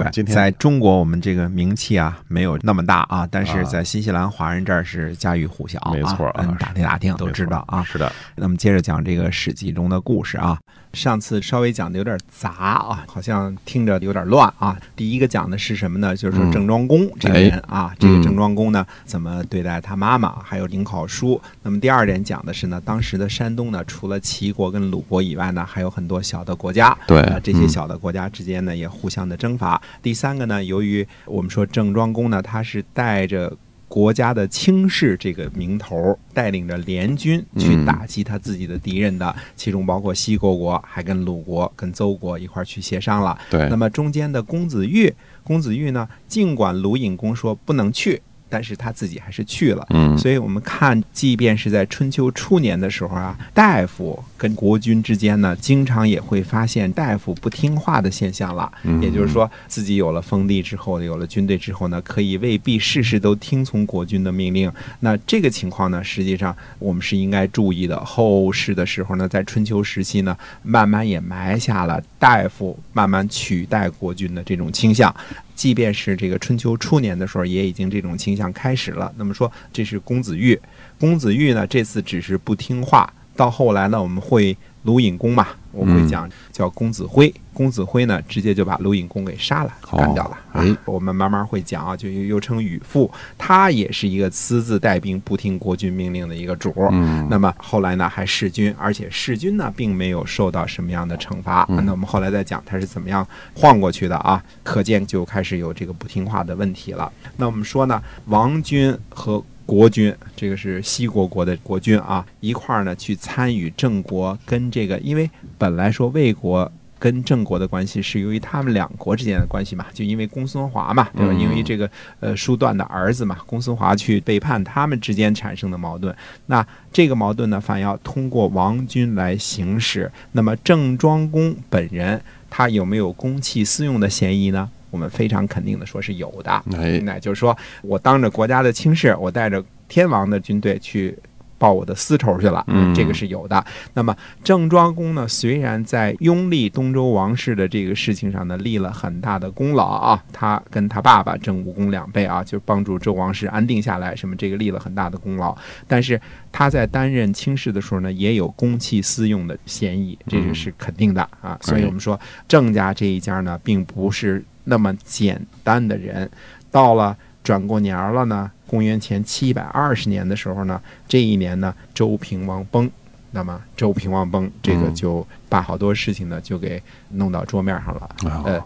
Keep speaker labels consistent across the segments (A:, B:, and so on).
A: 那啊么今天
B: 在中国我们这个名气啊没有那么大啊，但是
A: 啊
B: 在新西兰华人这儿是家喻户晓、啊，
A: 没错啊
B: 嗯打听打听都
A: 没
B: 知
A: 错
B: 道啊。
A: 是的，
B: 那么接着讲这个《史记》中的故事啊。上次稍微讲的有点杂啊，好像听着有点乱啊。第一个讲的是什么呢？就是说
A: 嗯
B: 郑庄公这个
A: 哎
B: 人啊，这个
A: 嗯
B: 郑庄公呢怎么对待他妈妈，还有林考叔。那么第二点讲的是呢，当时的山东呢，除了齐国跟鲁国以外呢，还有很多小的国家。
A: 对
B: 呃这些
A: 嗯
B: 小的国家之间呢也互相的征伐。第三个呢，由于我们说郑庄公呢，他是带着。国家的卿士这个名头，带领着联军去
A: 嗯
B: 打击他自己的敌人的，其中包括西国国，还跟鲁国、跟邹国一块儿去协商了。
A: 对
B: 那，么中间的公子玉，公子玉呢，尽管鲁隐公说不能去，但是他自己还是去了。
A: 嗯，
B: 所以我们看，即便是在春秋初年的时候啊，大夫跟国君之间呢，经常也会发现大夫不听话的现象了。
A: 嗯
B: 也就是说，自己有了封地之后，有了军队之后呢，可以未必事事都听从国君的命令。那这个情况呢，实际上我们是应该注意的。后世的时候呢，在春秋时期呢，慢慢也埋下了大夫慢慢取代国君的这种倾向。即便是这个春秋初年的时候，也已经这种倾向开始了。那么说，这是公子玉。公子玉呢，这次只是不听话。到后来呢，我们会鲁隐公嘛，我们会
A: 嗯
B: 讲叫公子辉。公子辉呢，直接就把鲁隐公给杀了，
A: 哦
B: 干掉了。啊
A: 哎
B: 我们慢慢会讲啊，就又又称禹父，他也是一个私自带兵、不听国君命令的一个主。
A: 嗯
B: 那么后来呢，还弑君，而且弑君呢，并没有受到什么样的惩罚。那我们后来再讲他是怎么样晃过去的啊，可见就开始有这个不听话的问题了。那我们说呢，王军和国军，这个是西国国的国军啊，一块儿呢去参与郑国跟这个，因为本来说魏国。跟郑国的关系是由于他们两国之间的关系嘛，就因为公孙华嘛，对吧？
A: 嗯
B: 因为这个呃叔段的儿子嘛，公孙华去背叛他们之间产生的矛盾。那这个矛盾呢，反要通过王军来行使。那么郑庄公本人他有没有公器私用的嫌疑呢？我们非常肯定的说是有的。
A: 哎，
B: 那就是说我当着国家的卿士，我带着天王的军队去报我的私仇去了，
A: 嗯
B: 这个是有的。那么郑庄公呢，虽然在拥立东周王室的这个事情上呢，立了很大的功劳啊，他跟他爸爸郑武公两辈啊，就帮助周王室安定下来，什么这个立了很大的功劳，但是他在担任卿士的时候呢，也有公器私用的嫌疑，这个是肯定的啊。所以我们说郑家这一家呢，并不是那么简单的人。到了转过年儿了呢，公元前七百二十年的时候呢，这一年呢，周平王崩。那么周平王崩，这个
A: 嗯
B: 就把好多事情呢就给弄到桌面上了。
A: 哦
B: 呃，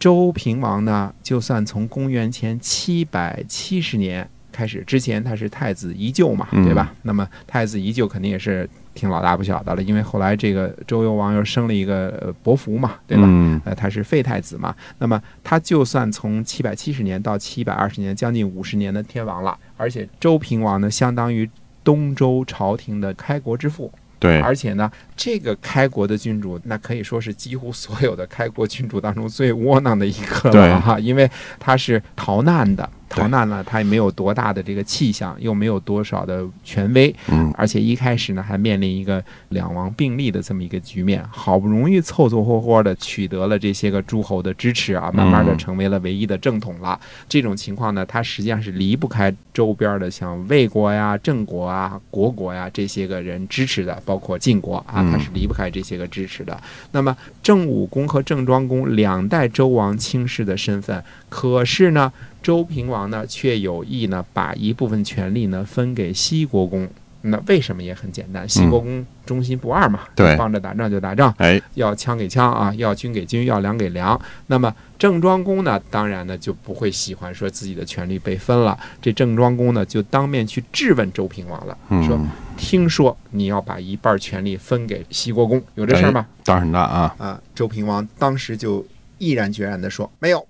B: 周平王呢，就算从公元前七百七十年开始，之前他是太子宜臼嘛，
A: 嗯
B: 对吧？那么太子宜臼肯定也是挺老大不小的了，因为后来这个周幽王又生了一个呃伯服嘛，对吧？
A: 嗯
B: 呃，他是废太子嘛，那么他就算从七百七十年到七百二十年，将近五十年的天王了，而且周平王呢，相当于东周朝廷的开国之父，
A: 对，
B: 而且呢，这个开国的君主，那可以说是几乎所有的开国君主当中最窝囊的一个了哈，因为他是逃难的，
A: 对
B: 逃难了，他也没有多大的这个气象，又没有多少的权威，
A: 嗯
B: 而且一开始呢还面临一个两王并立的这么一个局面，好不容易凑凑合合的取得了这些个诸侯的支持啊，慢慢的
A: 嗯
B: 成为了唯一的正统了。这种情况呢，它实际上是离不开周边的像魏国呀、郑国啊、国国呀这些个人支持的，包括晋国啊，它
A: 嗯
B: 是离不开这些个支持的。那么郑武公和郑庄公两代周王卿士的身份，可是呢，周平王呢却有意呢把一部分权力呢分给西国公。那为什么也很简单，西国公忠心不二嘛，
A: 对
B: 放着打仗就打仗，
A: 哎，
B: 要枪给枪啊，要军给军，要粮给粮。那么郑庄公呢，当然呢就不会喜欢说自己的权力被分了。这郑庄公呢，就当面去质问周平王了，说
A: 嗯，：“
B: 听说你要把一半权力分给西国公，有这事儿吗
A: 胆儿很大啊，？”
B: 啊，周平王当时就毅然决然地说：“没 有。”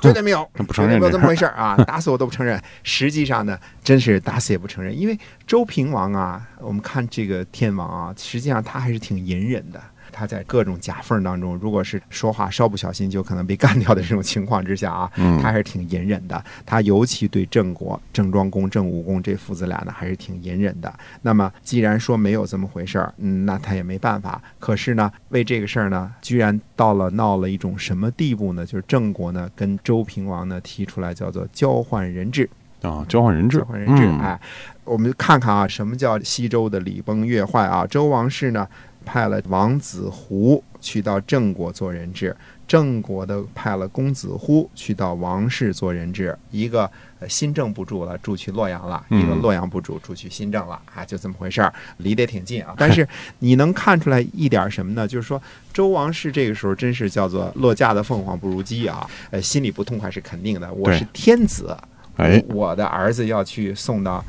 B: 绝对没有
A: 他，不承认
B: 绝对没有
A: 这
B: 这么回事儿啊！ 打死我都不承认。实际上呢，真是打死也不承认，因为周平王啊，我们看这个天王啊，实际上他还是挺隐忍的。他在各种夹缝当中，如果是说话稍不小心就可能被干掉的这种情况之下啊，
A: 嗯
B: 他还是挺隐忍的。他尤其对郑国郑庄公、郑武公这父子俩呢，还是挺隐忍的。那么既然说没有这么回事儿，嗯，那他也没办法。可是呢，为这个事儿呢，居然到了闹了一种什么地步呢？就是郑国呢跟周平王呢提出来叫做交换人质，
A: 啊，交换人质，
B: 交换人质。
A: 嗯
B: 哎，我们看看啊，什么叫西周的礼崩乐坏啊？周王室呢派了王子胡去到郑国做人质，郑国的派了公子忽去到王室做人质，一个呃新郑不住了，住去洛阳了；一个
A: 嗯
B: 洛阳不住，住去新郑了。啊，就这么回事儿，离得挺近啊。但是你能看出来一点什么呢？就是说周王室这个时候真是叫做落架的凤凰不如鸡啊，呃，心里不痛快是肯定的。我
A: 对
B: 是天子，
A: 哎，
B: 我的儿子要去送到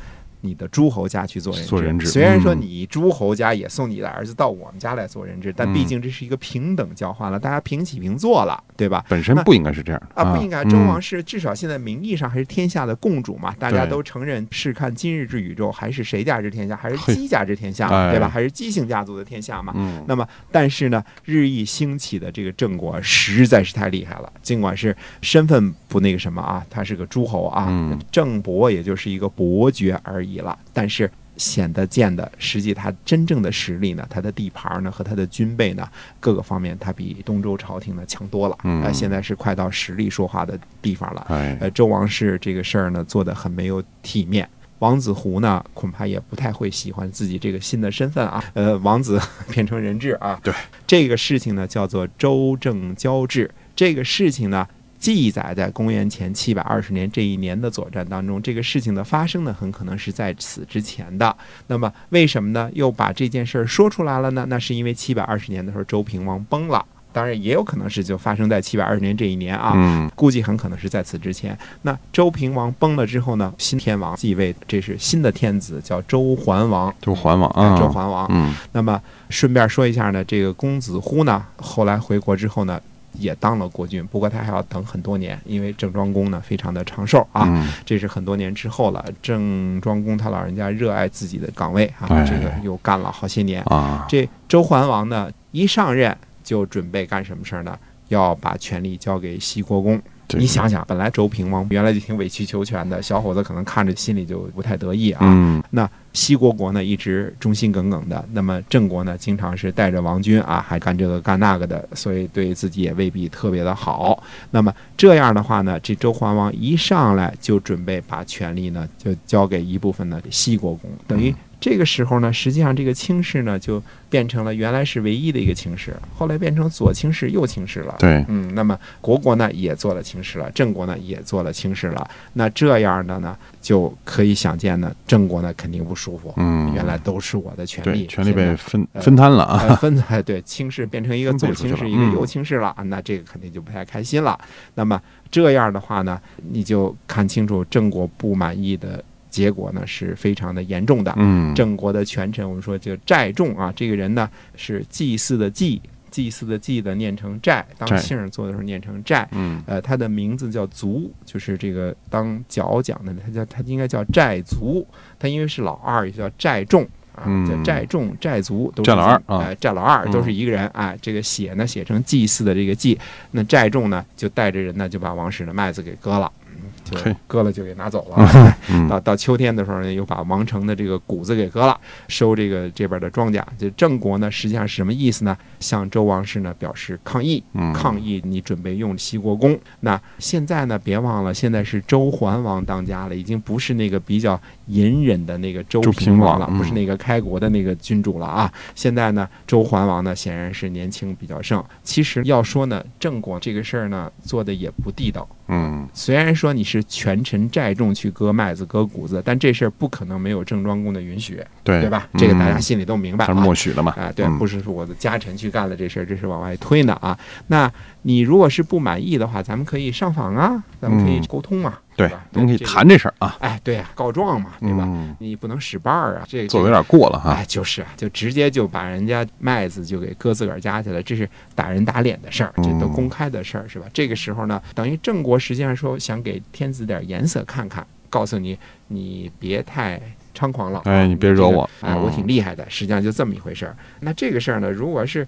B: 你的诸侯家去做人质。
A: 做人质
B: 虽然说
A: 嗯
B: 你诸侯家也送你的儿子到我们家来做人质，
A: 嗯
B: 但毕竟这是一个平等交换了，大家平起平坐了，对吧？
A: 本身
B: 那
A: 不应该是这样的
B: 啊，不应该，周
A: 嗯
B: 王室至少现在名义上还是天下的共主嘛，大家
A: 对
B: 都承认是看今日之宇宙，还是谁家之天下，还是
A: 嘿
B: 姬家之天下
A: 哎
B: 嘛，对吧？还是姬姓家族的天下嘛。
A: 嗯，
B: 那么，但是呢，日益兴起的这个郑国实在是太厉害了。尽管是身份不那个什么啊，他是个诸侯啊，
A: 嗯
B: 郑伯也就是一个伯爵而已了，但是。显得见的，实际他真正的实力呢，他的地盘呢和他的军备呢，各个方面他比东周朝廷呢强多了。
A: 嗯
B: 呃现在是快到实力说话的地方了。
A: 哎，
B: 呃，周王室这个事儿呢，做得很没有体面。王子胡呢，恐怕也不太会喜欢自己这个新的身份啊。呃，王子 变成人质啊。
A: 对，
B: 这个事情呢，叫做周郑交质。这个事情呢，记载在公元前七百二十年这一年的左传当中。这个事情的发生呢，很可能是在此之前的。那么为什么呢？又把这件事儿说出来了呢？那是因为七百二十年的时候，周平王崩了。当然，也有可能是就发生在七百二十年这一年啊。
A: 嗯，
B: 估计很可能是在此之前。那周平王崩了之后呢，新天王继位，这是新的天子，叫周桓王。
A: 周桓王
B: 啊，
A: 啊，
B: 周桓王。
A: 嗯，
B: 那么顺便说一下呢，这个公子忽呢，后来回国之后呢，也当了国君，不过他还要等很多年，因为郑庄公呢非常的长寿啊。
A: 嗯，
B: 这是很多年之后了，郑庄公他老人家热爱自己的岗位啊，
A: 哎
B: 这个又干了好些年。
A: 啊，
B: 这周桓王呢，一上任就准备干什么事儿呢？要把权力交给西国公。
A: 这
B: 你，想想，本来周平王原来就挺委曲求全的，小伙子可能看着心里就不太得意啊。
A: 嗯，
B: 那西国国呢，一直忠心耿耿的；那么郑国呢，经常是带着王军啊，还干这个干那个的，所以对自己也未必特别的好。那么这样的话呢，这周桓王一上来就准备把权力呢，就交给一部分的西国公，等于这个时候呢，实际上这个卿氏呢，就变成了原来是唯一的一个卿氏，后来变成左卿氏、右卿氏了。
A: 对，
B: 嗯，那么国国呢也做了卿士了，郑国呢也做了卿士了。那这样的呢，就可以想见呢，郑国呢肯定不舒服。
A: 嗯，
B: 原来都是我的权
A: 对，
B: 利，
A: 权力
B: 现
A: 被
B: 在
A: 分
B: 呃
A: 分摊了啊，
B: 呃分 哎对卿士变成一个
A: 分配
B: 左
A: 出去
B: 卿士，
A: 了
B: 一个
A: 嗯
B: 右卿士了，那这个肯定就不太开心了。那么这样的话呢，你就看清楚郑国不满意的结果呢是非常的严重的。
A: 嗯，
B: 郑国的权臣，我们说这个寨仲啊，这个人呢是祭祀的祭，祭祀的祭的念成寨，
A: 寨
B: 当姓儿做的时候念成寨。
A: 嗯，
B: 呃，他的名字叫卒，就是这个当脚讲的，他叫他应该叫寨卒。他因为是老二，也叫寨仲啊，
A: 嗯
B: 叫寨仲、寨卒都是
A: 寨老二啊
B: 哎，寨老二
A: 嗯
B: 都是一个人啊。这个写呢写成祭祀的这个祭，那寨仲呢就带着人呢就把王室的麦子给割了，嗯就
A: 嘿
B: 割了就给拿走了。啊
A: 嗯
B: 到到秋天的时候呢，又把王城的这个谷子给割了，收这个这边的庄稼。这郑国呢，实际上是什么意思呢？向周王室呢表示抗议，
A: 嗯，
B: 抗议你准备用齐国公。那现在呢，别忘了，现在是周桓王当家了，已经不是那个比较隐忍的那个周
A: 周
B: 平
A: 平
B: 王
A: 王
B: 了，
A: 嗯
B: 不是那个开国的那个君主了啊。现在呢，周桓王呢显然是年轻比较盛。其实要说呢，郑国这个事儿呢做的也不地道。
A: 嗯，
B: 虽然说你是权臣寨众去割麦子、割谷子，但这事儿不可能没有郑庄公的允许，
A: 对
B: 对吧？这个大家
A: 嗯
B: 心里都明白、啊。
A: 他是默许了嘛？
B: 啊，对，
A: 嗯
B: 不是说我的家臣去干了这事儿，这是往外推呢啊。那你如果是不满意的话，咱们可以上访啊，咱们可以
A: 嗯
B: 沟通嘛，
A: 对
B: 吧，
A: 咱们可以
B: 这个
A: 谈这事儿啊，
B: 哎，对呀、告状嘛，对吧？
A: 嗯
B: 你不能使绊儿啊，这个
A: 做的有。点过了哈
B: 哎，。就是啊，就直接就把人家麦子就给搁自个儿家去了，这是打人打脸的事儿，这都
A: 嗯
B: 公开的事儿，是吧？这个时候呢，等于郑国实际上说想给天子点颜色看看，告诉你你别太猖狂了，
A: 哎，你别惹我，
B: 这个哎，我挺
A: 嗯
B: 厉害的，实际上就这么一回事儿。那这个事儿呢，如果是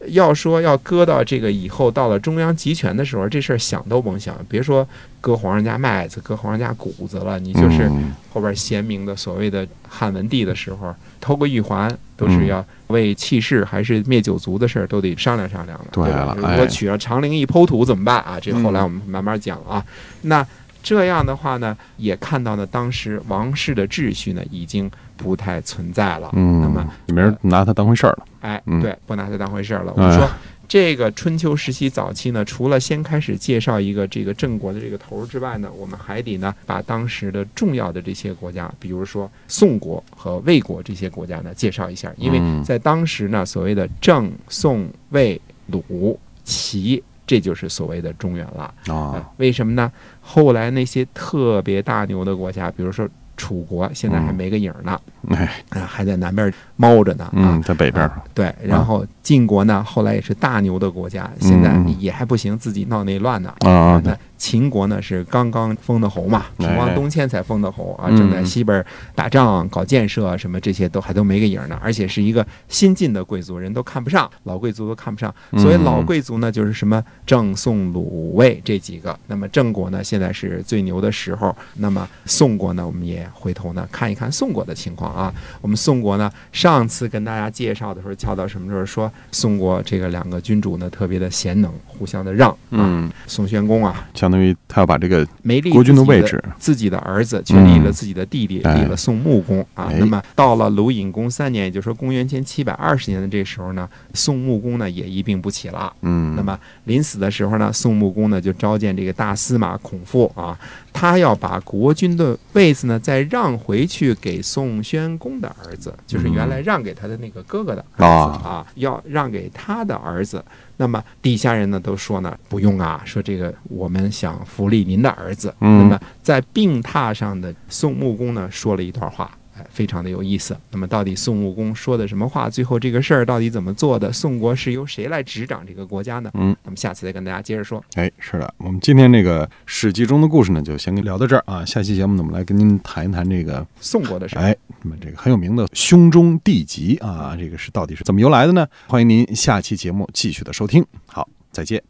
B: 呃要说要搁到这个以后到了中央集权的时候，这事儿想都甭想，别说割皇上家麦子、割皇上家谷子了，你就是
A: 嗯
B: 后边贤明的所谓的汉文帝的时候，偷个玉环都是
A: 嗯
B: 要为弃世还是灭九族的事儿都得商量商量的。
A: 对
B: 吧
A: 了
B: 如果
A: 哎
B: 娶上长陵一剖土怎么办啊？这
A: 嗯
B: 后来我们慢慢讲啊。那这样的话呢，也看到呢，当时王室的秩序呢已经不太存在了。那么
A: 嗯，没人拿他当回事儿了。
B: 哎，
A: 嗯
B: 对，不拿它当回事儿了。我
A: 哎
B: 们说，这个春秋时期早期呢，除了先开始介绍一个这个郑国的这个头儿之外呢，我们还得呢把当时的重要的这些国家，比如说宋国和魏国这些国家呢介绍一下，因为
A: 嗯
B: 在当时呢，所谓的郑、宋、魏、鲁、齐。这就是所谓的中原了、
A: 啊
B: 啊，为什么呢？后来那些特别大牛的国家，比如说楚国，现在还
A: 嗯
B: 没个影儿呢，
A: 哎，
B: 啊，还在南边儿猫着呢啊。
A: 嗯，在北边儿，
B: 啊对，
A: 嗯
B: 然后晋国呢，后来也是大牛的国家，现在也还不行，自己闹内乱呢。
A: 嗯啊
B: 那秦国呢是刚刚封的侯嘛，
A: 哎
B: 秦王东迁才封的侯啊，
A: 嗯
B: 正在西边打仗、搞建设啊什么这些都还都没个影儿呢，而且是一个新晋的贵族，人都看不上，老贵族都看不上，所以
A: 嗯
B: 老贵族呢就是什么郑、宋、鲁、卫这几个。那么郑国呢现在是最牛的时候，那么宋国呢我们也回头呢看一看宋国的情况啊。我们宋国呢，上次跟大家介绍的时候，教到什么时候说宋国这个两个君主呢特别的贤能，互相的让啊。
A: 嗯，
B: 宋宣公啊，
A: 相当于他要把这个
B: 没立
A: 国君的
B: 自己
A: 位置，
B: 自己的儿子却
A: 嗯
B: 立了自己的弟弟，
A: 哎
B: 立了宋穆公啊。
A: 哎
B: 那么到了鲁隐公三年，也就是说公元前七百二十年的这时候呢，宋穆公呢也一病不起了。
A: 嗯，
B: 那么临死的时候呢，宋穆公呢就召见这个大司马孔父啊，他要把国君的位子呢再让回去给宋宣公的儿子，
A: 嗯
B: 就是原来让给他的那个哥哥的儿子、啊，要让给他的儿子。那么底下人呢都说呢不用啊，说这个我们想扶立您的儿子。
A: 嗯
B: 那么在病榻上的宋穆公呢说了一段话。哎，非常的有意思。那么，到底宋穆公说的什么话？最后这个事儿到底怎么做的？宋国是由谁来执掌这个国家呢？
A: 嗯，
B: 那么下次再跟大家接着说。
A: 哎，是的，我们今天这个史记中的故事呢，就先跟聊到这儿啊。下期节目呢，我们来跟您谈一谈这个，
B: 宋国的事儿，
A: 哎，那么这个很有名的胸中地级啊，这个是到底是怎么由来的呢？欢迎您下期节目继续的收听，好，再见。